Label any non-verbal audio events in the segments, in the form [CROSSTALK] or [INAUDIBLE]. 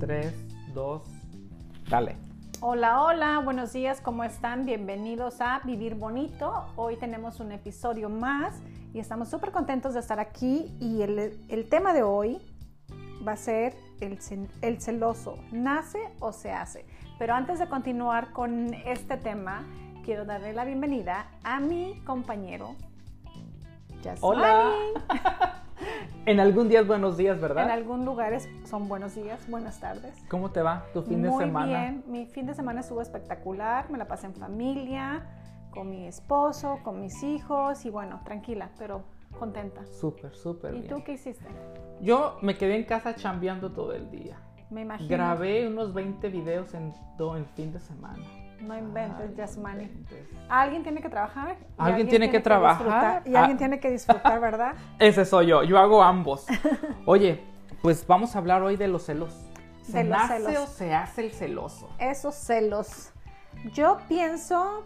3, 2, dale. Hola, hola, buenos días, ¿cómo están? Bienvenidos a Vivir Bonito. Hoy tenemos un episodio más y estamos súper contentos de estar aquí y el, el tema de hoy va a ser el, cel- el celoso, nace o se hace. Pero antes de continuar con este tema, quiero darle la bienvenida a mi compañero. Yasmani. Hola. en algún día es buenos días, ¿verdad? En algún lugar es- son buenos días, buenas tardes. ¿Cómo te va tu fin Muy de semana? bien, mi fin de semana estuvo espectacular, me la pasé en familia, con mi esposo, con mis hijos y bueno, tranquila, pero contenta. Súper, súper ¿Y bien. tú qué hiciste? Yo me quedé en casa chambeando todo el día. Me imagino. Grabé unos 20 videos en todo el fin de semana. No inventes, Ay, Yasmani. inventes. Alguien tiene que trabajar. y Alguien tiene que trabajar. disfrutar, Y Ah. alguien tiene que [LAUGHS] disfrutar, ¿verdad? Ese soy yo, yo hago [LAUGHS] ambos. Oye, pues vamos a hablar hoy de los celos. ¿Se De los nace celos. o se hace el celoso? Esos celos. Yo pienso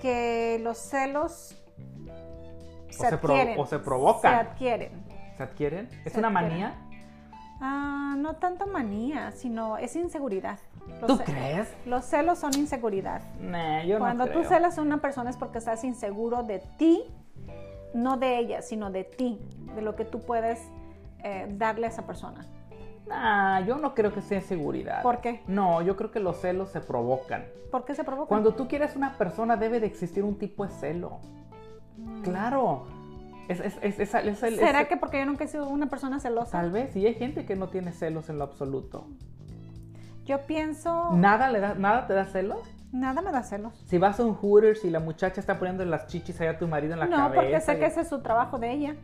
que los celos se, se pro- adquieren, o se provocan. Se adquieren. ¿Se adquieren? ¿Es Se una adquieren. manía? Ah, no tanto manía, sino es inseguridad. Los ¿Tú ce- crees? Los celos son inseguridad. Nah, yo Cuando no tú creo. celas a una persona es porque estás inseguro de ti, no de ella, sino de ti, de lo que tú puedes eh, darle a esa persona. Nah, yo no creo que sea inseguridad. ¿Por qué? No, yo creo que los celos se provocan. ¿Por qué se provoca? Cuando tú quieres una persona debe de existir un tipo de celo. Claro. Es, es- es- es- es el- Mm. ¿Será es- que porque yo nunca he sido una persona celosa? eh, Tal vez, y hay gente que no tiene celos en lo absoluto. Yo pienso, ¿Nada, le da, ¿Nada te da celos? nada me da celos. Si vas a un Hooters y la muchacha está poniendo las chichis allá a tu marido en la no, cabeza. porque sé y- que ese es su trabajo de ella.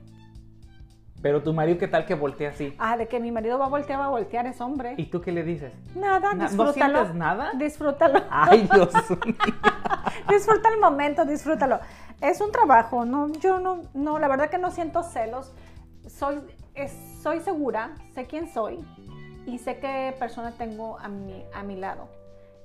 Pero tu marido, ¿qué tal que voltea así? Ah, de que mi marido va a voltear, va a voltear, es hombre. ¿Y tú qué le dices? Na- Nada, ¿No Ah, disfrútalo. sientes nada? Disfrútalo. Ay, Dios Disfruta el momento, disfrútalo. Es un trabajo, no, yo no, no, la verdad que no siento celos. Soy, es- soy segura, sé quién soy y sé qué persona tengo a mi, a mi lado.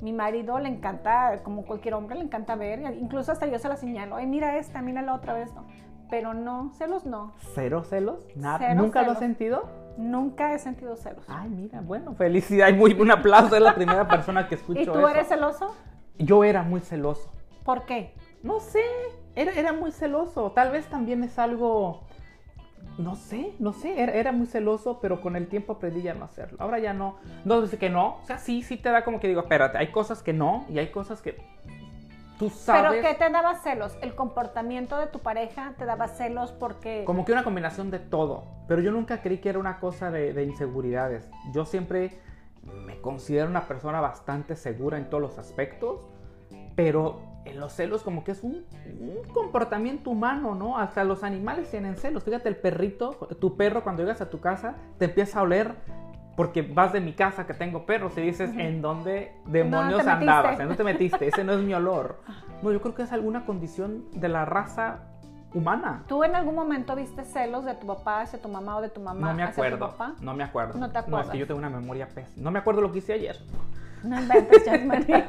Mi marido le encanta, como cualquier hombre, le encanta ver, incluso hasta yo se la señalo, ay, mira esta, mira la otra vez, no. Pero no, celos no, ¿Cero celos? Nada. Cero ¿Nunca lo celos. has sentido? nunca he sentido celos. Ay, mira, bueno, felicidad y muy un aplauso. Es la primera persona que escucho [LAUGHS] ¿Y tú eso. eres celoso? Yo era muy celoso. ¿Por qué? No sé, era, era muy celoso. Tal vez también es algo. No sé, no sé, era, era muy celoso, pero con el tiempo aprendí ya no hacerlo. Ahora ya no. No, dice que no. O sea, sí, sí te da como que digo, espérate, hay cosas que no y hay cosas que. Tú sabes. ¿Pero qué te daba celos? ¿El comportamiento de tu pareja te daba celos porque... Como que una combinación de todo. Pero yo nunca creí que era una cosa de, de inseguridades. Yo siempre me considero una persona bastante segura en todos los aspectos. Pero en los celos como que es un, un comportamiento humano, ¿no? Hasta los animales tienen celos. Fíjate, el perrito, tu perro cuando llegas a tu casa te empieza a oler. Porque vas de mi casa que tengo perros y dices, ¿en dónde demonios metiste? andabas? ¿En dónde te metiste? Ese no es mi olor. No, yo creo que es alguna condición de la raza humana. ¿Tú en algún momento viste celos de tu papá hacia tu mamá o de tu mamá No me hacia tu acuerdo. papá? No me acuerdo. No te No, es acuerdas. que yo tengo una memoria pésima. No me acuerdo lo que hice ayer. No inventes, [LAUGHS] Jasmine.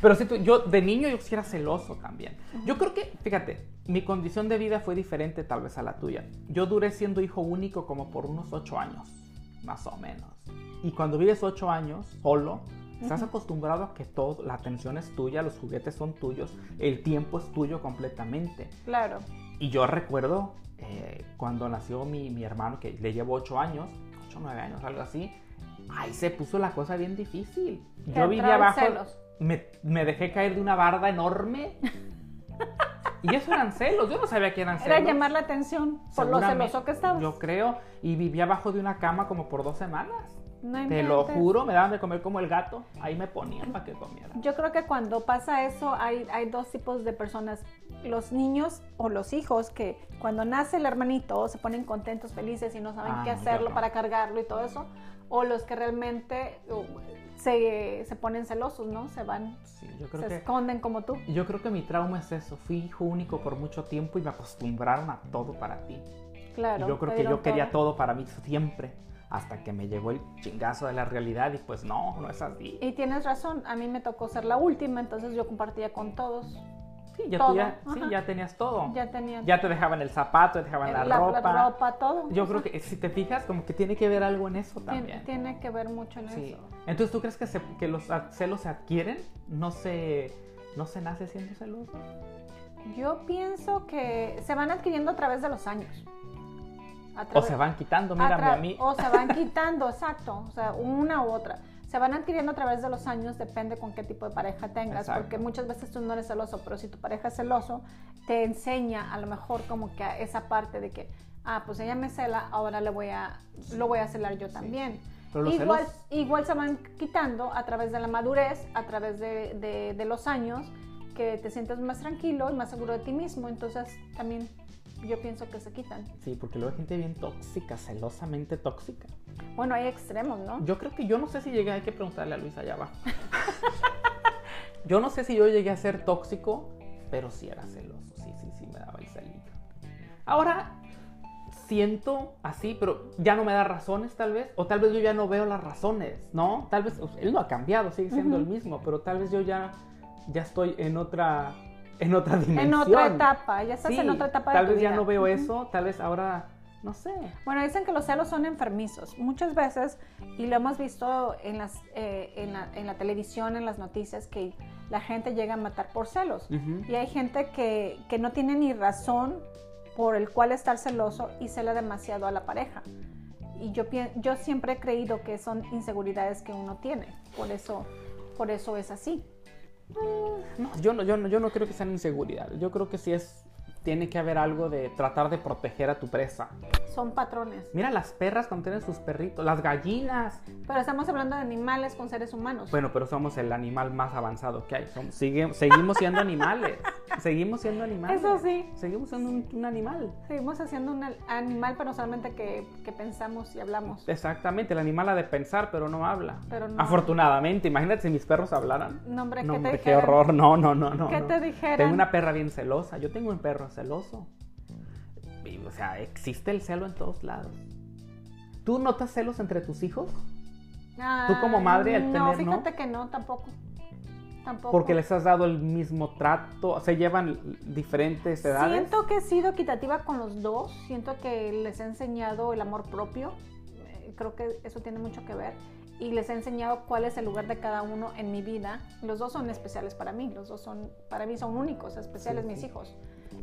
Pero sí, tú- yo de niño yo sí era celoso también. Yo creo que, fíjate, mi condición de vida fue diferente tal vez a la tuya. Yo duré siendo hijo único como por unos ocho años, más o menos. Y cuando vives ocho años solo, estás acostumbrado a que todo, la atención es tuya, los juguetes son tuyos, el tiempo es tuyo completamente. claro. Y yo recuerdo eh, cuando nació mi, mi hermano, que le llevo 8 años, 8 o 9 años, algo así, ahí se puso la cosa bien difícil. Te Yo vivía entraron abajo, celos. me, me dejé caer de una barda enorme. y eso eran celos, yo no sabía que eran celos. Era llamar la atención por lo Seguramente, celoso que estabas. Yo creo, y vivía abajo de una cama como por dos semanas. No Te inventes. lo juro, me daban de comer como el gato, ahí me ponían para que comiera. Yo creo que cuando pasa eso hay, hay dos tipos de personas. Los niños o los hijos que cuando nace el hermanito se ponen contentos, felices y no saben Ah, qué no, yo hacerlo no. para cargarlo y todo eso. O los que realmente uh, se, se ponen celosos, ¿no? Se van, Sí, yo creo se que... esconden como tú. Yo creo que mi trauma es eso. Fui hijo único por mucho tiempo y me acostumbraron a todo para ti. Claro. y yo creo te que yo dieron quería todo para mí siempre. Hasta que me llegó el chingazo de la realidad y pues no, no es así. Eh, Y tienes razón, a mí me tocó ser la última, entonces yo compartía con todos. Sí, ya, Todo, tú ya, sí, ajá. ya tenías todo. Ya tenía Ya te dejaban el zapato, te dejaban el- la, ropa. ropa, todo. Yo creo que eh, si te fijas, como que tiene que ver algo en eso tiene, también. tiene que ver mucho en Sí. eso. Entonces, ¿tú crees que, se- que los a- celos se adquieren? ¿No se, no se nace siendo celoso? Yo pienso que se van adquiriendo a través de los años. A ¿O través- se van quitando? a Mírame tra- a mí. O se van quitando, exacto. O sea, una u otra. Se van adquiriendo a través de los años, depende con qué tipo de pareja tengas, Exacto. porque muchas veces tú no eres celoso, pero si tu pareja es celoso, te enseña a lo mejor como que a esa parte de que, ah, pues ella me cela, ahora le voy a, lo voy a celar yo también. Pero los igual, celos- igual se van quitando a través de la madurez, a través de, de- de los años, que te sientes más tranquilo y más seguro de ti mismo, entonces también yo pienso que se quitan. Sí, porque luego hay gente bien tóxica, celosamente tóxica. Bueno, hay extremos, ¿no? Yo creo que yo no sé si llegué, hay que preguntarle a Luis allá abajo. [LAUGHS] yo no sé si yo llegué a ser tóxico, pero sí era celoso, sí, sí, sí, me daba el celillo. Ahora siento así, pero ya no me da razones tal vez, o tal vez yo ya no veo las razones, ¿no? Tal vez o sea, él no ha cambiado, sigue siendo Ujú. el mismo, pero tal vez yo ya, ya estoy en otra, en otra dimensión. En otra etapa, ya estás Sí, en otra etapa tal de tu vez ya vida. no veo Ujú. eso, tal vez ahora, no sé. Bueno, dicen que los celos son enfermizos. Muchas veces, y lo hemos visto en, las, eh, en, la, en la televisión, en las noticias, que la gente llega a matar por celos. Ujú. Y hay gente que, que no tiene ni razón por el cual estar celoso y cela demasiado a la pareja. Y yo, pien- yo siempre he creído que son inseguridades que uno tiene. Por eso, por eso es así. No, yo no, yo no, yo no creo que sean inseguridades. Yo creo que sí es. Tiene que haber algo de tratar de proteger a tu presa. Son patrones. Mira las perras cuando tienen sus perritos, las gallinas. Pero estamos hablando de animales con seres humanos. Bueno, pero somos el animal más avanzado que hay. Somos- sigue- seguimos siendo [LAUGHS] animales. Seguimos siendo animales. Eso sí. Seguimos siendo un, un animal. Seguimos haciendo un al- animal, pero solamente que, que pensamos y hablamos. Exactamente, el animal ha de pensar, pero no habla. Pero no. Afortunadamente, imagínate si mis perros hablaran. No, hombre, No, ¿qué te hombre, qué dijeran? horror. No, no, no, no. ¿Qué no. te dijeran? Tengo una perra bien celosa. Yo tengo un perro celoso. Y, o sea, existe el celo en todos lados. ¿Tú notas celos entre tus hijos? Tú como madre, al Ah, no, tener, ¿no? fíjate que no, tampoco. Tampoco. Porque les has dado el mismo trato, se llevan diferentes edades. Siento que he sido equitativa con los dos. Siento que les he enseñado el amor propio. Eh, Creo que eso tiene mucho que ver. Y les he enseñado cuál es el lugar de cada uno en mi vida. Los dos son especiales para mí. Los dos son, para mí son únicos, especiales Sí, mis sí. hijos.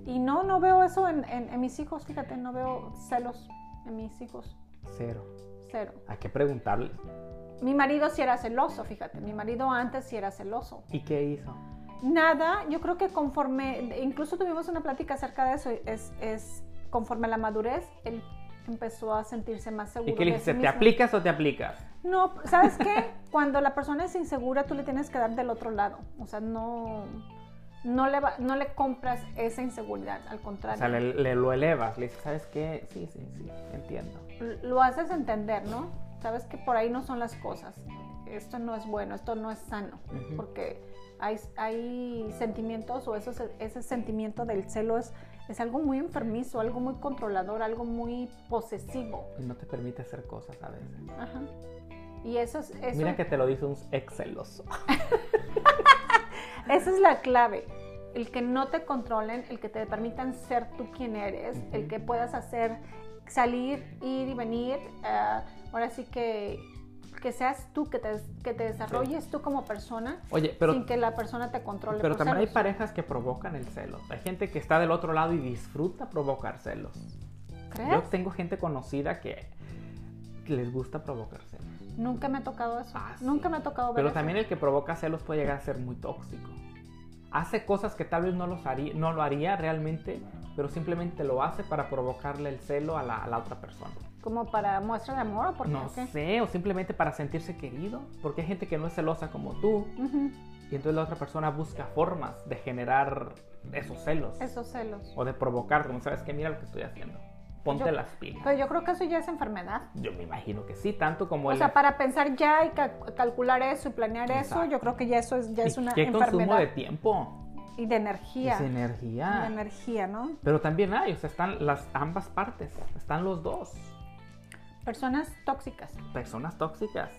Y no, no veo eso en, en- en mis hijos. Fíjate, no veo celos en mis hijos. Cero. Cero. Hay que preguntarle. Mi marido sí era celoso, fíjate. Mi marido antes sí era celoso. ¿Y qué hizo? Nada, yo creo que conforme, incluso tuvimos una plática acerca de eso, es, es conforme a la madurez, él empezó a sentirse más seguro. ¿Y qué le de sí dijiste? ¿Te mismo. aplicas o te aplicas? No, ¿sabes qué? [LAUGHS] Cuando la persona es insegura, tú le tienes que dar del otro lado. O sea, no, no, le, va- no le compras esa inseguridad, al O contrario. sea, le, le- lo elevas, le dices, ¿sabes qué? Sí, sí, sí, entiendo. lo haces entender, ¿no? Sabes que por ahí no son las cosas. Esto no es bueno, esto no es sano, Ujú. porque hay, hay sentimientos o esos- ese sentimiento del celo es, es algo muy enfermizo, algo muy controlador, algo muy posesivo. Y no te permite hacer cosas a veces. Ajá. Y eso es, eso- Mira que te lo dice un ex celoso. esa es la clave. El que no te controlen, el que te permitan ser tú quien eres, el Ujú. que puedas hacer, salir, ir y venir. ah, ahora sí que, que seas tú, que te, que te desarrolles tú como persona Oye, pero sin que la persona te controle. Pero por también hay celos. parejas que provocan el celo. Hay gente que está del otro lado y disfruta provocar celos. Yo ¿Crees? tengo gente conocida que que les gusta provocar celos. Nunca me ha tocado eso. Ah, sí. Nunca me ha tocado ver Pero eso. también el que provoca celos puede llegar a ser muy tóxico. Hace cosas que tal vez no, los haría, no lo haría realmente, pero simplemente lo hace para provocarle el celo a la, a la otra persona. Como para muestra de amor o por No qué? sé, o simplemente para sentirse querido, porque hay gente que no es celosa como tú, Ujú, y entonces la otra persona busca formas de generar esos celos. Esos celos. o de provocar, como sabes que mira lo que estoy haciendo. Ponte Yo- las pilas. Pero yo creo que eso ya es enfermedad. Yo me imagino que sí, tanto como O el sea, para pensar ya y cal- calcular eso y planear eso, Exacto. yo creo que ya eso es, ya ¿Y es una qué consumo enfermedad. de Ah. tiempo, Y de es energía. energía. De energía, ¿no? Pero también hay, o sea, están las ambas partes, están los dos, Personas tóxicas. personas tóxicas.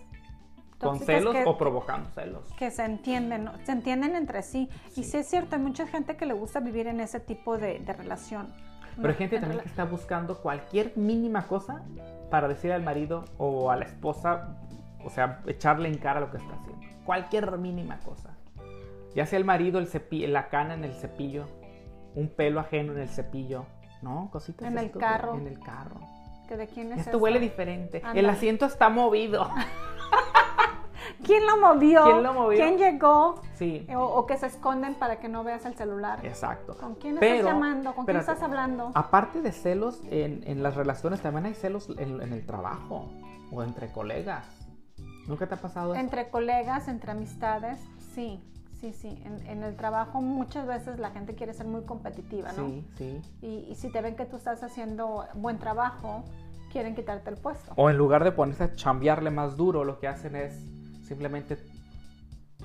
con Tóxicas celos que- o provocando celos. que se entienden, ¿no? se entienden entre sí. Y sí es cierto, hay mucha gente que le gusta vivir en ese tipo de, de relación. Pero hay gente En también rela- que está buscando cualquier mínima cosa para decir al marido o a la esposa, o sea, echarle en cara lo que está haciendo. Cualquier mínima cosa. Ya sea el marido, el cepi- la cana en el cepillo, un pelo ajeno en el cepillo, ¿no? Cositas. En el estúpidas, carro. En el carro. que de quién es Esto eso? huele diferente. El Ándale. asiento está [LAUGHS] movido. ¿Quién lo movió? ¿Quién lo movió? ¿Quién llegó? Sí, O, o que se esconden para que no veas el celular. exacto. ¿Con quién Eh, Pero, estás llamando? ¿Con quién espérate, Ah, estás hablando? Aparte de celos en, en las relaciones, también hay celos en, en el trabajo o entre colegas. ¿Nunca te ha pasado eso? Entre colegas, entre amistades, sí, sí, sí. En, en el trabajo muchas veces la gente quiere ser muy competitiva, ¿no? Sí, sí. Y, y si te ven que tú estás haciendo buen trabajo, quieren quitarte el puesto. O en lugar de ponerse a chambearle más duro, lo que hacen es simplemente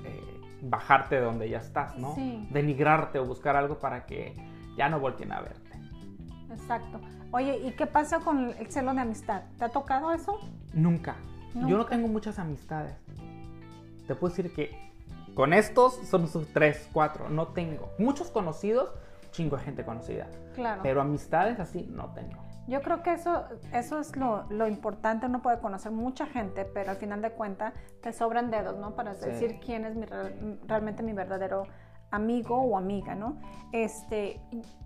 eh, bajarte de donde ya estás, ¿no? Sí. Denigrarte o buscar algo para que ya no volteen a verte. Exacto. Oye, ¿y qué pasa con el celo de amistad? ¿Te ha tocado eso? Nunca. Yo no Nunca. tengo muchas amistades. Te puedo decir que con estos son sus tres, cuatro. No tengo. Muchos conocidos, chingo de gente conocida. Claro. Pero amistades así no tengo. Yo creo que eso, eso es lo, lo importante. Uno puede conocer mucha gente, pero al final de cuentas te sobran dedos, ¿no? Para Sí. decir quién es mi real- realmente mi verdadero amigo o amiga, ¿no? Este,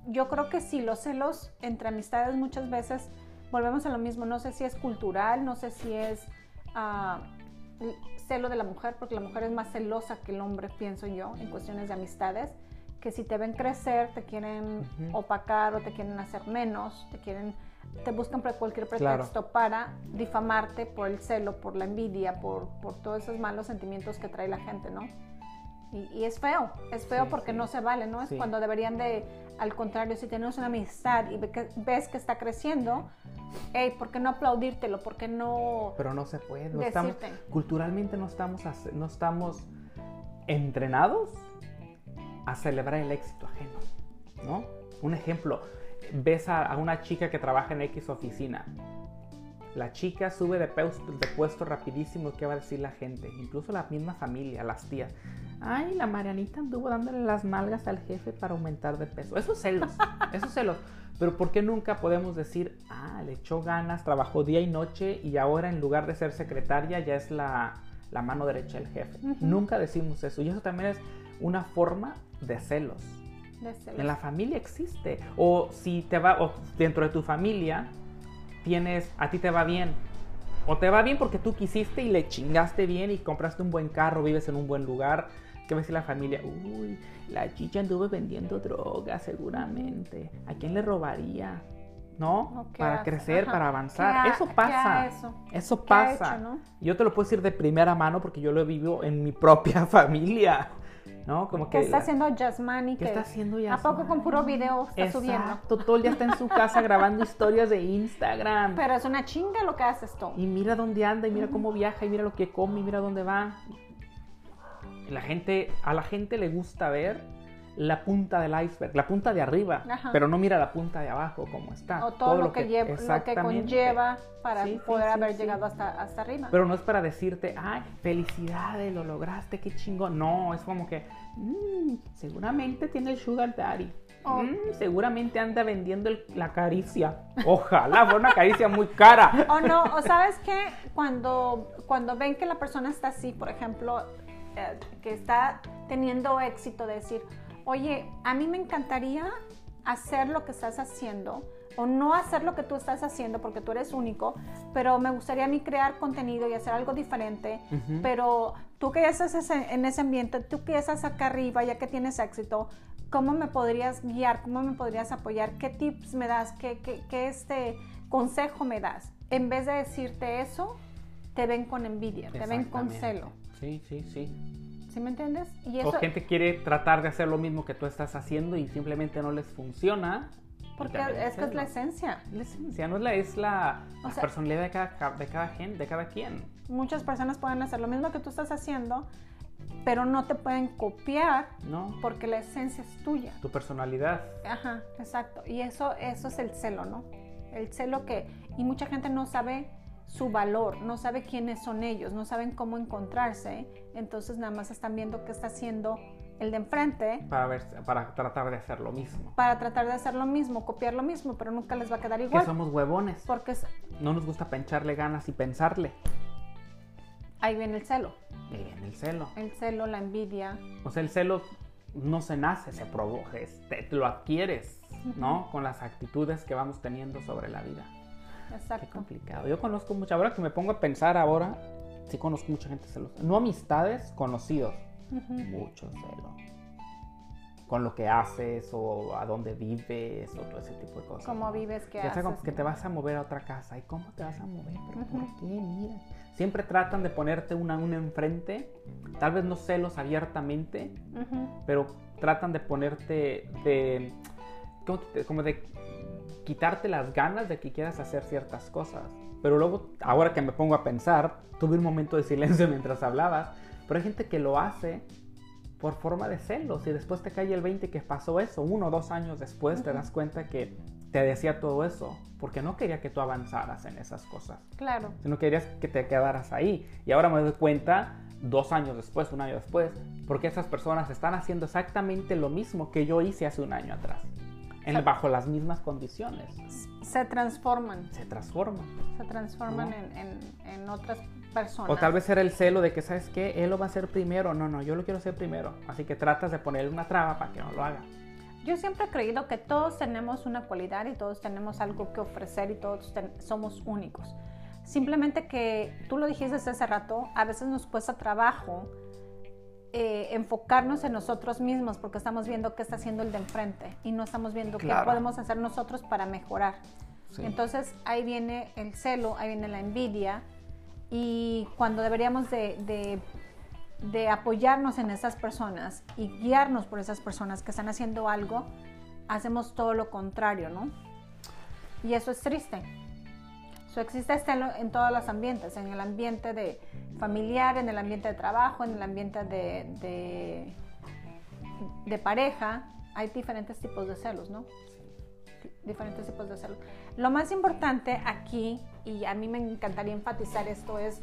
yo creo que sí, los celos entre amistades muchas veces volvemos a lo mismo. No sé si es cultural, no sé si es ah, celo de la mujer, porque la mujer es más celosa que el hombre, pienso yo, en cuestiones de amistades, que si te ven crecer, te quieren Ujú. opacar o te quieren hacer menos, te quieren, te buscan por cualquier Claro. pretexto para difamarte por el celo, por la envidia, por, por todos esos malos sentimientos que trae la gente, ¿no? Y, y es feo, es feo Sí, porque sí. no se vale, ¿no? Es Sí. cuando deberían de, al contrario, si tenemos una amistad y ve que- ves que está creciendo, hey, ¿por qué no aplaudírtelo? ¿Por qué no Pero no se puede. No estamos, decirte? culturalmente no estamos, hace- no estamos entrenados a celebrar el éxito ajeno, ¿no? Un ejemplo, ves a, a una chica que trabaja en X oficina. La chica sube de, peus- de puesto rapidísimo, ¿qué va a decir la gente? Incluso la misma familia, las tías. Ay, la Marianita anduvo dándole las nalgas al jefe para aumentar de peso. Eso es celos, eso es celos. Pero ¿por qué nunca podemos decir, ah, le echó ganas, trabajó día y noche y ahora en lugar de ser secretaria ya es la, la mano derecha del jefe? Ujú. Nunca decimos eso. Y eso también es una forma de celos. De celos. En la familia existe. O si te va, o dentro de tu familia tienes, a ti te va bien. O te va bien porque tú quisiste y le chingaste bien y compraste un buen carro, vives en un buen lugar. ¿Qué va a decir la familia? Uy, la chicha anduvo vendiendo droga seguramente. ¿A quién le robaría? ¿No? ¿O Oh, qué Para hace? crecer, Ajá. para avanzar. ¿Qué ha- Eso qué ha pasa. eso? Eso ¿Qué ha pasa. hecho, no? Yo te lo puedo decir de primera mano porque yo lo vivo en mi propia [LAUGHS] familia. ¿No? Como ¿Qué que está la- haciendo Jasmine? ¿Qué está haciendo ya? ¿A poco con puro video está Exacto, subiendo? todo el día está en su [LAUGHS] casa grabando historias de Instagram. Pero es una chinga lo que haces tú. Y mira dónde anda, y mira cómo viaja, y mira lo que come, y mira dónde va. La gente, a la gente le gusta ver la punta del iceberg, la punta de arriba, Ajá. pero no mira la punta de abajo cómo está. o todo, lo, que, lleva- lo que exactamente. conlleva para Sí, sí, poder sí, haber sí. llegado hasta, hasta arriba. Pero no es para decirte, ay, felicidades, lo lograste, qué chingón. No, es como que, "Mm, seguramente tiene el sugar daddy. Oh. "Mm, seguramente anda vendiendo el- la caricia. Ojalá, fue una caricia muy cara. o no, o sabes que cuando, cuando ven que la persona está así, por ejemplo, eh, que está teniendo éxito, decir, oye, a mí me encantaría hacer lo que estás haciendo o no hacer lo que tú estás haciendo porque tú eres único, pero me gustaría a mí crear contenido y hacer algo diferente, Ujú. pero tú que ya estás ese- en ese ambiente, tú que ya estás acá arriba, ya que tienes éxito, ¿cómo me podrías guiar? ¿Cómo me podrías apoyar? ¿Qué tips me das? ¿Qué, qué- qué, este consejo me das? En vez de decirte eso, te ven con envidia, te ven con Exactamente. celo. Sí, sí, sí. ¿Sí me entiendes? Y eso O gente quiere tratar de hacer lo mismo que tú estás haciendo y simplemente no les funciona. porque Y también es que es hacerlo. la esencia. La esencia, no es la, es la, O la sea- personalidad de cada, de cada gente, de cada quien. Muchas personas pueden hacer lo mismo que tú estás haciendo, pero no te pueden copiar No, porque la esencia es tuya. tu personalidad. Ajá, exacto. Y eso, eso es el celo, ¿no? El celo que, y mucha gente no sabe su valor, no sabe quiénes son ellos, no saben cómo encontrarse, entonces nada más están viendo qué está haciendo el de enfrente para, ver, para tratar de hacer lo mismo. para tratar de hacer lo mismo, copiar lo mismo, pero nunca les va a quedar Que igual. somos huevones. Porque es- No nos gusta pincharle ganas y pensarle. ahí viene el celo, Y viene el celo. el celo, la envidia. O sea, el celo no se nace, se produce, es- te, te lo adquieres, ¿no? Con las actitudes que vamos teniendo sobre la vida. Qué Exacto. complicado. Yo conozco mucha, ahora que me pongo a pensar ahora, sí conozco mucha gente celosa. No amistades, conocidos. Ujú. Mucho celo. Con lo que haces o a dónde vives o todo ese tipo de cosas. Cómo ¿no? vives, qué Ya sea haces. como que te vas a mover a otra casa. ¿Y cómo te vas a mover? ¿Pero por Ujú. qué? Mira. Siempre tratan de ponerte una a una enfrente. Tal vez no celos abiertamente, Ujú. pero tratan de ponerte de ¿cómo te- como de quitarte las ganas de que quieras hacer ciertas cosas. Pero luego, ahora que me pongo a pensar, tuve un momento de silencio [LAUGHS] mientras hablabas, pero hay gente que lo hace por forma de celos y después te cae el 20 que pasó eso, uno o dos años después te Ujú. das cuenta que te decía todo eso, porque no quería que tú avanzaras en esas cosas Claro. si no querías que te quedaras ahí. Y ahora me doy cuenta, dos años después, un año después, porque esas personas están haciendo exactamente lo mismo que yo hice hace un año atrás, en, Sa- bajo las mismas condiciones. Se transforman, Se transforma. se transforman No. en, en- en otras personas. O tal vez era el celo de que, ¿sabes qué? Él lo va a hacer primero. No, no, yo lo quiero hacer primero. Así que tratas de ponerle una traba para que no lo haga. Yo siempre he creído que todos tenemos una cualidad y todos tenemos algo que ofrecer y todos ten- somos únicos. Simplemente que tú lo dijiste hace rato, a veces nos cuesta trabajo eh, enfocarnos en nosotros mismos porque estamos viendo qué está haciendo el de enfrente y no estamos viendo Claro. qué podemos hacer nosotros para mejorar. Sí. Entonces ahí viene el celo, ahí viene la envidia y cuando deberíamos de, de- de apoyarnos en esas personas y guiarnos por esas personas que están haciendo algo, hacemos todo lo contrario, ¿no? Y eso es triste. Eso existe este en, lo- en todos los ambientes, en el ambiente de familiar, en el ambiente de trabajo, en el ambiente de, de, de pareja. Hay diferentes tipos de celos, ¿no? diferentes tipos de celos. Lo más importante aquí, y a mí me encantaría enfatizar esto, es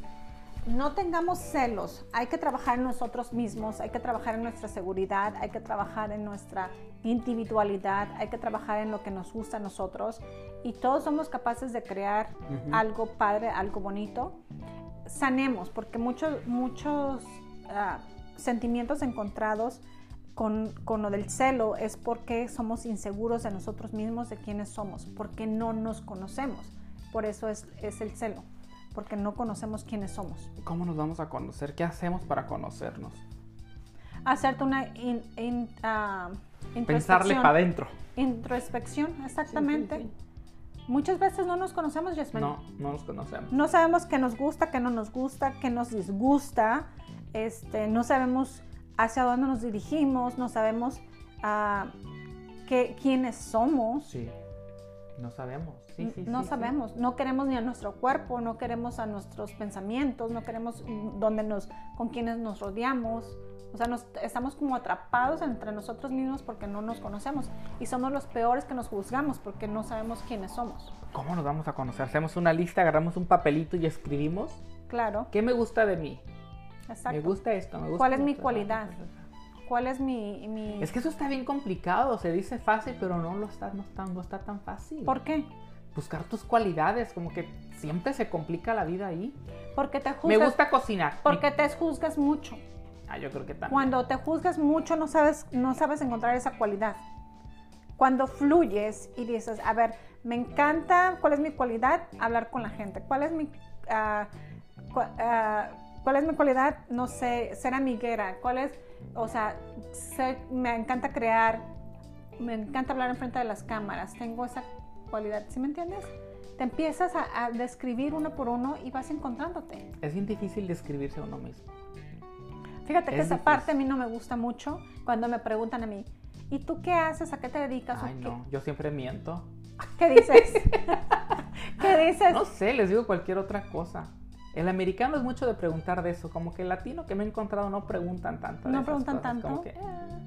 no tengamos celos. Hay que trabajar en nosotros mismos, hay que trabajar en nuestra seguridad, hay que trabajar en nuestra individualidad, hay que trabajar en lo que nos gusta a nosotros. Y todos somos capaces de crear Ujú. algo padre, algo bonito. Sanemos, porque muchos, muchos ah, sentimientos encontrados con, con lo del celo es porque somos inseguros de nosotros mismos, de quiénes somos, porque no nos conocemos. Por eso es, es el celo, porque no conocemos quiénes somos. ¿Cómo nos vamos a conocer? ¿Qué hacemos para conocernos? Hacerte una in- in- ah, Pensarle introspección. para adentro. Introspección, exactamente. Muchas veces no nos conocemos, Yasmani. No, no nos conocemos. No sabemos qué nos gusta, qué no nos gusta, qué nos disgusta. Este, no sabemos hacia dónde nos dirigimos, no sabemos ah, qué, quiénes somos. Sí. No sabemos. Sí, sí, no sí, sí. sabemos, no queremos ni a nuestro cuerpo, no queremos a nuestros pensamientos, no queremos mm, dónde nos, con quienes nos rodeamos. O sea, nos, estamos como atrapados entre nosotros mismos porque no nos conocemos y somos los peores que nos juzgamos porque no sabemos quiénes somos. ¿Cómo nos vamos a conocer? Hacemos una lista, agarramos un papelito y escribimos. Claro, ¿Qué me gusta de mí? exacto. Me gusta esto, me gusta. ¿Cuál es mi esto. cualidad? ¿Cuál es mi, mi- Es que eso está bien complicado, se dice fácil, pero no lo está, no está, no está tan fácil. ¿Por qué? Buscar tus cualidades, como que siempre se complica la vida ahí. Porque te Me juzgas, gusta cocinar. porque te juzgas mucho. Ah, yo creo que también. Cuando te juzgas mucho no sabes, no sabes encontrar esa cualidad. Cuando fluyes y dices, a ver, me encanta, ¿cuál es mi cualidad? Hablar con la gente. ¿Cuál es mi, ah, cu- ah, ¿cuál es mi cualidad? No sé, ser amiguera. ¿Cuál es, o sea, ser- me encanta crear, me encanta hablar enfrente de las cámaras. Tengo esa cualidad, ¿sí me entiendes? Te empiezas a, a describir uno por uno y vas encontrándote. Es bien difícil describirse a uno mismo. Fíjate que Es esa difícil. parte a mí no me gusta mucho cuando me preguntan a mí, ¿y tú qué haces? ¿A qué te dedicas? ¿O Ay, qué- no, yo siempre miento. ¿Qué [LAUGHS] dices? [LAUGHS] ¿Qué dices? No sé, les digo cualquier otra cosa. El americano es mucho de preguntar de eso, como que el latino que me he encontrado no preguntan tanto. de No esas preguntan cosas, tanto. como que, "Ah".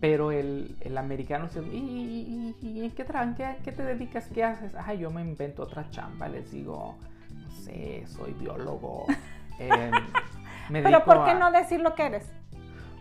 pero el, el americano se ¿y, y, y- y- y en qué, tra- en qué, qué te dedicas? ¿Qué haces? Ah, yo me invento otra chamba, les digo, no sé, soy [LAUGHS] biólogo. em, me Pero dedico ¿por qué a- no decir lo que eres?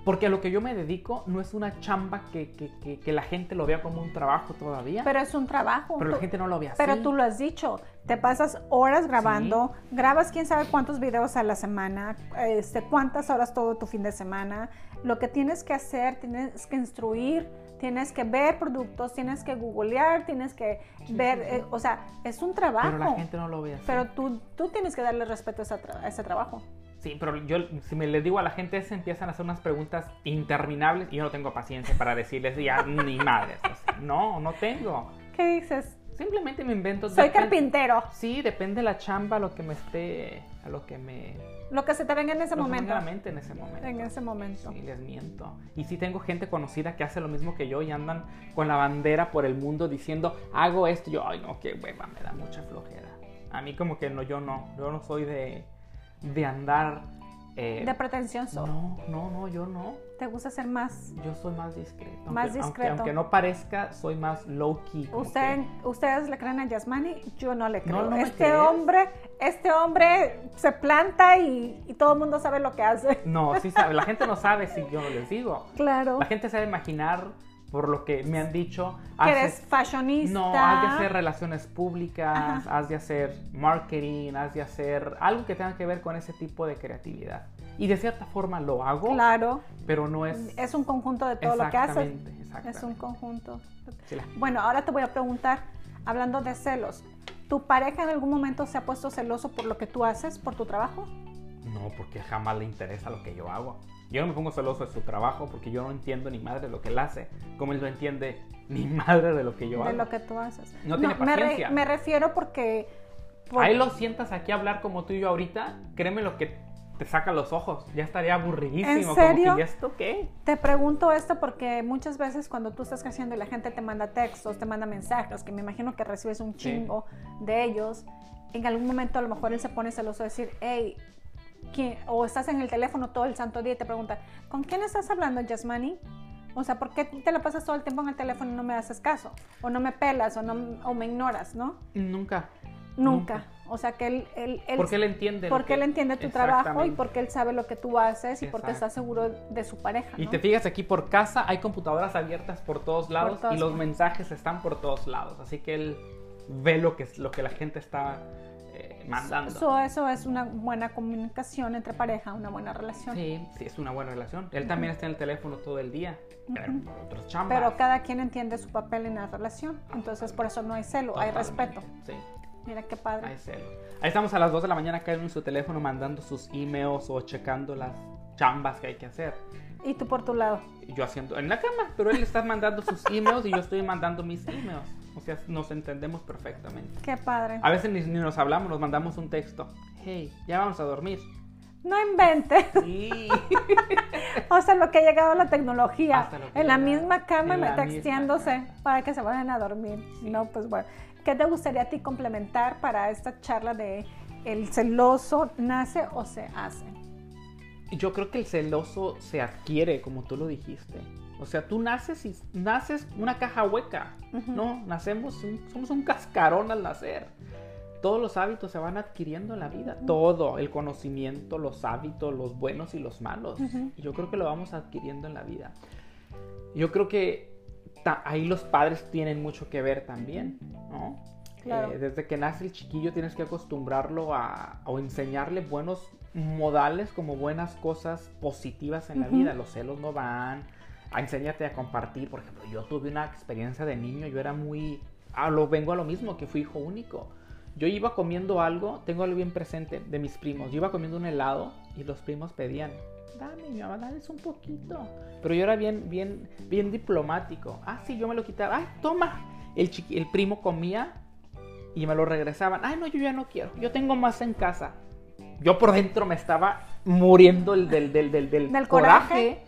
Porque a lo que yo me dedico no es una chamba que, que- que- que la gente lo vea como un trabajo todavía. Pero, Pero es un trabajo. la tú- gente no lo ve así. Pero tú lo has dicho, te pasas horas grabando, grabas quién sabe cuántos videos a la semana, este, cuántas horas todo tu fin de semana. Lo que tienes que hacer, tienes que instruir, tienes que ver productos, tienes que googlear, tienes que ver, eh, o sea, es un trabajo. Pero Pero, la gente no lo ve así. tú, tú tienes que darle respeto a, esa tra- a ese trabajo. Sí, pero yo, si me les digo a la gente eso, empiezan a hacer unas preguntas interminables y yo no tengo paciencia para decirles [LAUGHS] ya ni madres. o sea, no, no tengo. ¿Qué dices? Simplemente me invento. Soy depen- carpintero, Sí, depende de la chamba, a lo que me esté, a lo que me... lo que se te venga en ese lo que me momento. venga a la mente en ese momento. En ese momento. Sí, les miento. Y sí tengo gente conocida que hace lo mismo que yo y andan con la bandera por el mundo diciendo, hago esto. Yo, ay, no, qué hueva, me da mucha flojera. A mí como que no, yo no. Yo no soy de, de andar... eh, De pretensión solo. no, no, no, yo no. ¿Te gusta ser más? Yo soy más discreto. Aunque- Más aunque- discreto. Aunque, no parezca, soy más low key. como Usted- ustedes le creen a Yasmani, yo no le creo. no me este crees. hombre, este hombre se planta y, y todo el mundo sabe lo que hace. [LAUGHS] que- No, sí sabe. La gente no sabe si yo no les digo. Claro. La gente sabe imaginar por lo que me han dicho. Que haces- eres fashionista. No, has de hacer relaciones públicas, has de hacer marketing, has de hacer algo que tenga que ver con ese tipo de creatividad. Y de cierta forma lo hago, Claro. pero no es... Es un conjunto de todo lo que haces. exactamente, exactamente. Es un conjunto. Sí, la- Bueno, ahora te voy a preguntar, hablando de celos, ¿tu pareja en algún momento se ha puesto celoso por lo que tú haces, por tu trabajo? No, porque jamás le interesa lo que yo hago. Yo no me pongo celoso de su trabajo porque yo no entiendo ni madre de lo que él hace, como él no entiende ni [LAUGHS] madre de lo que yo de hago. lo que tú haces. No tiene me, re- paciencia. me refiero porque... por- A él lo sientas aquí a hablar como tú y yo ahorita, créeme lo que te saca los ojos. Ya estaría aburridísimo. ¿En como serio? que, ¿Y esto qué? Te pregunto esto porque muchas veces cuando tú estás creciendo y la gente te manda textos, te manda mensajes, que me imagino que recibes un chingo de ellos, en algún momento a lo mejor él se pone celoso a decir, hey, ¿quién-?" o estás en el teléfono todo el santo día y te pregunta, ¿con quién estás hablando, Yasmani? O sea, ¿por qué te la pasas todo el tiempo en el teléfono y no me haces caso? O no me pelas, o, no, o me ignoras, ¿no? Nunca. Nunca. Nunca. O sea, que él... él, él Porque él entiende. lo porque que- él entiende tu Exactamente. trabajo y porque él sabe lo que tú haces y porque Exacto. está seguro de su pareja. Y ¿no? te fijas aquí por casa, hay computadoras abiertas por todos lados todas y los partes. mensajes están por todos lados. Así que él ve lo que, es- lo que la gente está eh, mandando. So, eso es una buena comunicación entre pareja, una buena relación. Sí, sí, es una buena relación. Él también está en el teléfono todo el día. Pero por otras chambas. Pero cada quien entiende su papel en la relación. Entonces, por eso no hay celo, hay Totalmente, respeto. Sí, Mira qué hay padre. celo. Ahí estamos a las 2 de la mañana acá en su teléfono mandando sus emails o checando las chambas que hay que hacer. Y tú por tu lado. Y Yo haciendo en la cama, pero él está mandando [LAUGHS] sus emails y yo estoy mandando mis emails. O sea, nos entendemos perfectamente. Qué padre. A veces ni, ni nos hablamos, nos mandamos un texto. Hey, ya vamos a [LAUGHS] dormir. No inventes. [LAUGHS] Sí. O sea, lo que ha llegado la tecnología. Hasta lo que En la llega misma cama en me la misma texteándose cama. para que se vayan a dormir. No, pues bueno. ¿Qué te gustaría a ti complementar para esta charla de el celoso nace o se hace? Yo creo que el celoso se adquiere, como tú lo dijiste. O sea, tú naces y naces una caja hueca. Ujú. No, nacemos, un- somos un cascarón al nacer. Todos los hábitos se van adquiriendo en la vida. Todo, el conocimiento, los hábitos, los buenos y los malos. Ujú. Y yo creo que lo vamos adquiriendo en la vida. Yo creo que ta- ahí los padres tienen mucho que ver también, ¿no? Claro. Eh, desde que nace el chiquillo tienes que acostumbrarlo a o enseñarle buenos modales como buenas cosas positivas en la Ujú. vida. Los celos no van. A enséñate a compartir. Por ejemplo, yo tuve una experiencia de niño, yo era muy... ah, lo vengo a lo mismo, que fui hijo único. Yo iba comiendo algo, tengo algo bien presente de mis primos. Yo iba comiendo un helado y los primos pedían, dame, mi mamá, dales un poquito. Pero yo era bien, bien, bien diplomático. Ah, sí, yo me lo quitaba. Ay, toma. El, chiqui- el primo comía y me lo regresaban. Ay, no, yo ya no quiero. Yo tengo más en casa. Yo por dentro me estaba muriendo el del, del, del, del, Del coraje.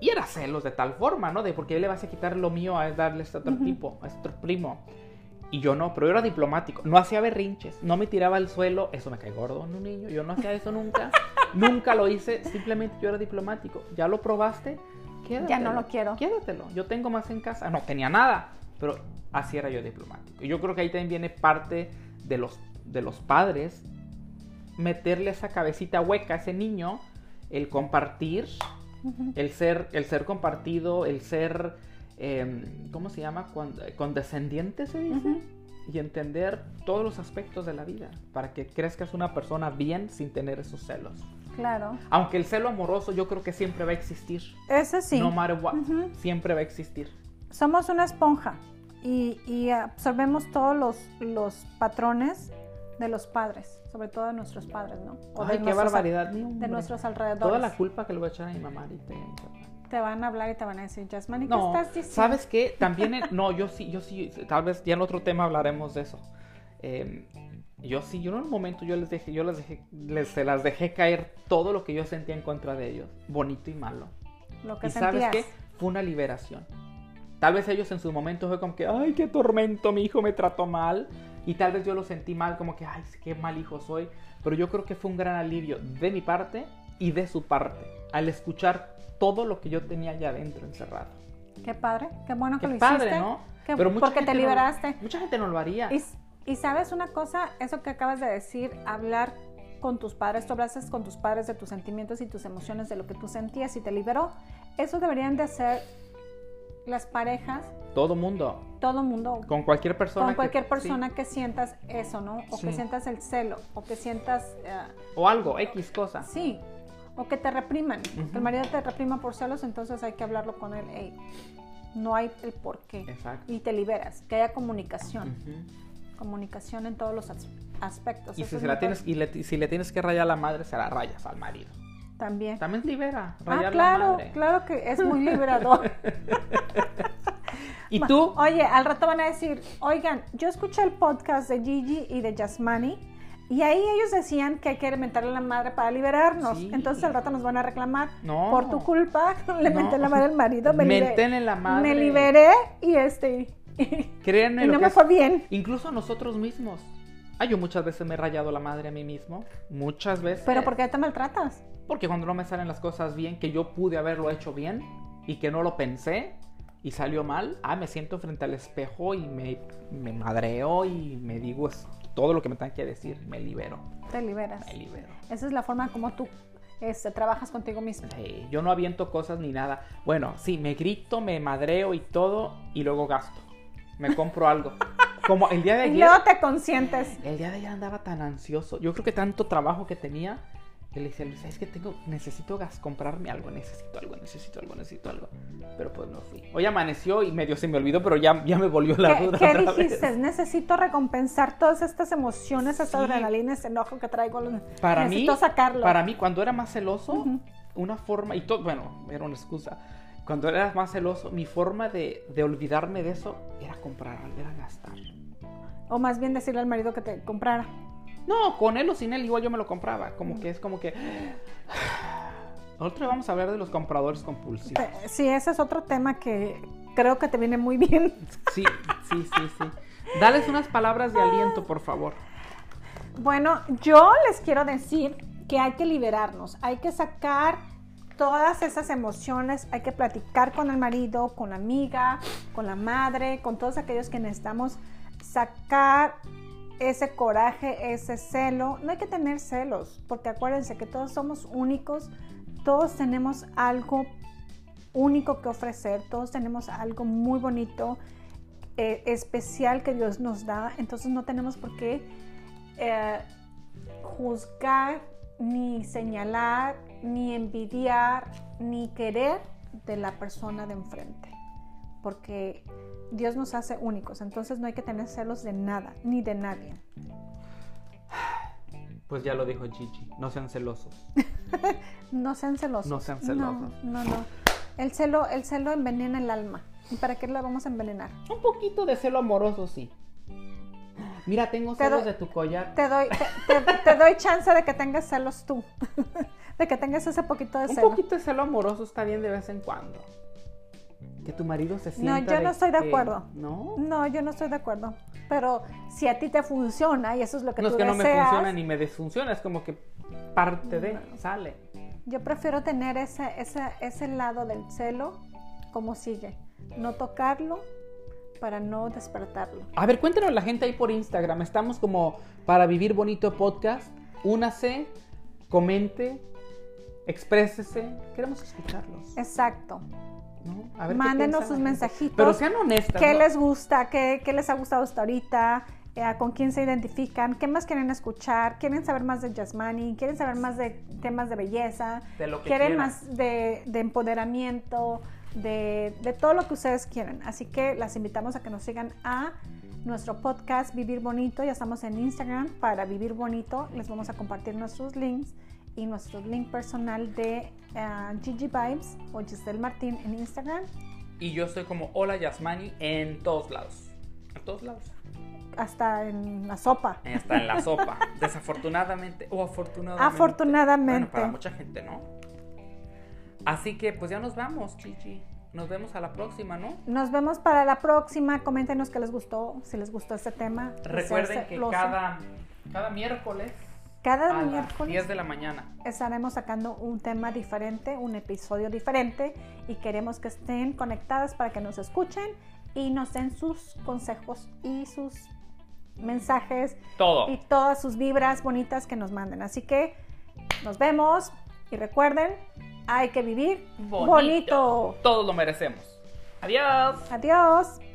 Y era celos de tal forma, ¿no? De porque le vas a quitar lo mío a darle a este otro tipo, a este otro primo. Y yo no, pero yo era diplomático. No hacía berrinches, no me tiraba al suelo. Eso me cae gordo en un niño. Yo no hacía eso nunca. nunca lo hice. Simplemente yo era diplomático. Ya lo probaste, quédatelo. Ya no lo quiero. Quédatelo. Yo tengo más en casa. No tenía nada, pero así era yo diplomático. Y yo creo que ahí también viene parte de los de los padres meterle esa cabecita hueca a ese niño, el compartir, el ser, el ser compartido, el ser, eh, ¿cómo se llama? Con- Condescendiente se dice. Ujú. Y entender todos los aspectos de la vida para que crezcas una persona bien sin tener esos celos. Claro. Aunque el celo amoroso yo creo que siempre va a existir. Ese sí. No matter what, Ujú. siempre va a existir. Somos una esponja y, y absorbemos todos los, los patrones de los padres, sobre todo de nuestros padres, ¿no? O Ay, de qué nuestros al- barbaridad. ni De hombre. nuestros alrededores. Toda la culpa que le voy a echar a mi mamá ahorita. Te van a hablar y te van a decir, Jasmine, ¿y ¿qué No, estás diciendo? ¿sabes qué? También, en- no, yo sí, yo sí, tal vez ya en otro tema hablaremos de eso. Eh, yo sí, yo en un momento yo les dejé, yo les dejé, les, se las dejé caer todo lo que yo sentía en contra de ellos, bonito y malo. Lo que Y sabes sentías. qué? Fue una liberación. Tal vez ellos en su momento fue como que, ay, qué tormento, mi hijo me trató mal. Y tal vez yo lo sentí mal, como que, ay, qué mal hijo soy. Pero yo creo que fue un gran alivio de mi parte y de su parte, al escuchar todo lo que yo tenía allá adentro encerrado. Qué padre, qué bueno que Qué lo padre, hiciste. ¿no? Qué- Pero mucha porque te gente no lo- liberaste. mucha gente no lo haría. Y, y sabes una cosa, eso que acabas de decir, hablar con tus padres, tú hablaste con tus padres de tus sentimientos y tus emociones, de lo que tú sentías y te liberó. Eso deberían de hacer las parejas, Todo mundo, todo mundo, con, con cualquier persona. que- cualquier persona sí, que sientas eso, ¿no? O que Sí. sientas el celo, o que sientas, eh, o algo, X cosa. sí, o que te repriman, Ah. Ujú. que el marido te reprima por celos, entonces hay que hablarlo con él, "Ey, no hay el por qué. Exacto. Y te liberas, que haya comunicación Ujú. comunicación en todos los as- aspectos. Y pues Eso si, es se muy la tienes, y le- si le tienes que rayar a la madre, se la rayas al marido. padre. También. También libera. Ah, Rayar la claro, madre. claro que es muy [LAUGHS] liberador. Y tú, Oye, al rato van a decir, oigan, yo escuché el podcast de Gigi y de Jasmani y ahí ellos decían que hay que mentarle a la madre para liberarnos. Sí. Entonces al rato nos van a reclamar. No. Por tu culpa [LAUGHS] le No. menté la madre al marido. Me libe- Mentenle la madre. Me liberé y este... Y, créanme y lo no que me es- fue bien. Incluso a nosotros mismos. Ay, yo muchas veces me he rayado la madre a mí mismo. Muchas veces. Pero ¿por qué te maltratas? Porque cuando no me salen las cosas bien, que yo pude haberlo hecho bien y que no lo pensé y salió mal, ah, me siento frente al espejo y me, me madreo y me digo es- todo lo que me tengan que decir. Me libero. Te liberas. Me libero. Esa es la forma como tú este, trabajas contigo mismo. Sí, Eh, yo no aviento cosas ni nada. Bueno, sí, me grito, me madreo y todo, y luego gasto. Me compro [LAUGHS] algo. Como el día de Y ayer. luego te consientes. El día de ayer andaba tan ansioso. Yo creo que tanto trabajo que tenía. que le dije a Luis, es que tengo, necesito gas- comprarme algo, necesito algo, necesito algo, necesito algo. Pero pues no fui. Hoy amaneció y medio se me olvidó, pero ya, ya me volvió la ¿Qué, duda. qué otra vez. dijiste? Necesito recompensar todas estas emociones, esta Sí. adrenalina, este enojo que traigo. Para Necesito mí, sacarlo. Para mí, cuando era más celoso, Ujú. una forma, y todo, bueno, era una excusa. Cuando era más celoso, mi forma de, de olvidarme de eso era comprar, algo, era gastar. O más bien decirle al marido que te comprara. No, con él o sin él, igual yo me lo compraba. Como que es como que. [SIGHS] Ahorita vamos a hablar de los compradores [LAUGHS] compulsivos. Te- Eh, Sí, ese es otro tema que creo que te viene muy bien. Sí, sí, sí, sí. Dales unas palabras de aliento, por favor. Bueno, yo les quiero decir que hay que liberarnos, hay que sacar todas esas emociones, hay que platicar con el marido, con la amiga, con la madre, con todos aquellos que necesitamos sacar ese coraje, ese celo. No hay que tener celos, porque acuérdense que todos somos únicos, todos tenemos algo único que ofrecer, todos tenemos algo muy bonito, eh, especial que Dios nos da, entonces no tenemos por qué eh, juzgar, ni señalar, ni envidiar, ni querer de la persona de enfrente. Porque Dios nos hace únicos, entonces no hay que tener celos de nada, ni de nadie. Pues ya lo dijo Gigi, no sean celosos. No sean celosos. No sean celosos. No, no, no. El celo, el celo envenena el alma. ¿Y para qué la vamos a envenenar? Un poquito de celo amoroso, sí. Mira, tengo Te celos doy- de tu collar. Te doy, te, te- te doy chance de que tengas celos tú. [LAUGHS] De que tengas ese poquito de Un celo. poquito de celo amoroso está bien de vez en cuando. Que tu marido se sienta. yo no estoy de acuerdo. No, No, yo no estoy de acuerdo. Pero si a ti te funciona y eso es lo que no es tú que no me deseas, funciona ni me desfunciona, es como que parte de, sale. yo prefiero tener ese, ese, ese lado del celo como sigue. No tocarlo, para no despertarlo. A ver, cuéntanos la gente ahí por Instagram. Estamos como para vivir bonito podcast. Únase, comente, exprésese. Queremos escucharlos. Exacto. ¿no? A ver qué Mándenos piensa sus la gente. mensajitos. Pero sean honestas. ¿Qué ¿no? les gusta? ¿Qué, qué les ha gustado hasta ahorita? Eh, ¿Con quién se identifican? ¿Qué más quieren escuchar? ¿Quieren saber más de Jasmani? ¿Quieren saber más de temas de belleza? De lo que ¿Quieren quieran. más de, de empoderamiento? De, de todo lo que ustedes quieren. Así que las invitamos a que nos sigan a nuestro podcast Vivir Bonito. Ya estamos en Instagram para Vivir Bonito. Les vamos a compartir nuestros links y nuestro link personal de eh, Gigi Vibes o Giselle Martín en Instagram. Y yo estoy como Hola Yasmani en todos lados. En todos lados. Hasta en la sopa. Está en la sopa. Desafortunadamente o afortunadamente. Afortunadamente. Bueno, para mucha gente, ¿no? Así que pues ya nos vamos, Chichi. Nos vemos a la próxima, ¿no? Nos vemos para la próxima. Coméntenos qué les gustó, si les gustó este tema. Recuerden Hacerse que los- cada, cada miércoles cada a las miércoles 10 de la mañana. estaremos sacando un tema diferente, un episodio diferente y queremos que estén conectadas para que nos escuchen y nos den sus consejos y sus mensajes Todo. y todas sus vibras bonitas que nos manden. Así que nos vemos y recuerden, hay que vivir bonito. Todos lo merecemos. Adiós. Adiós.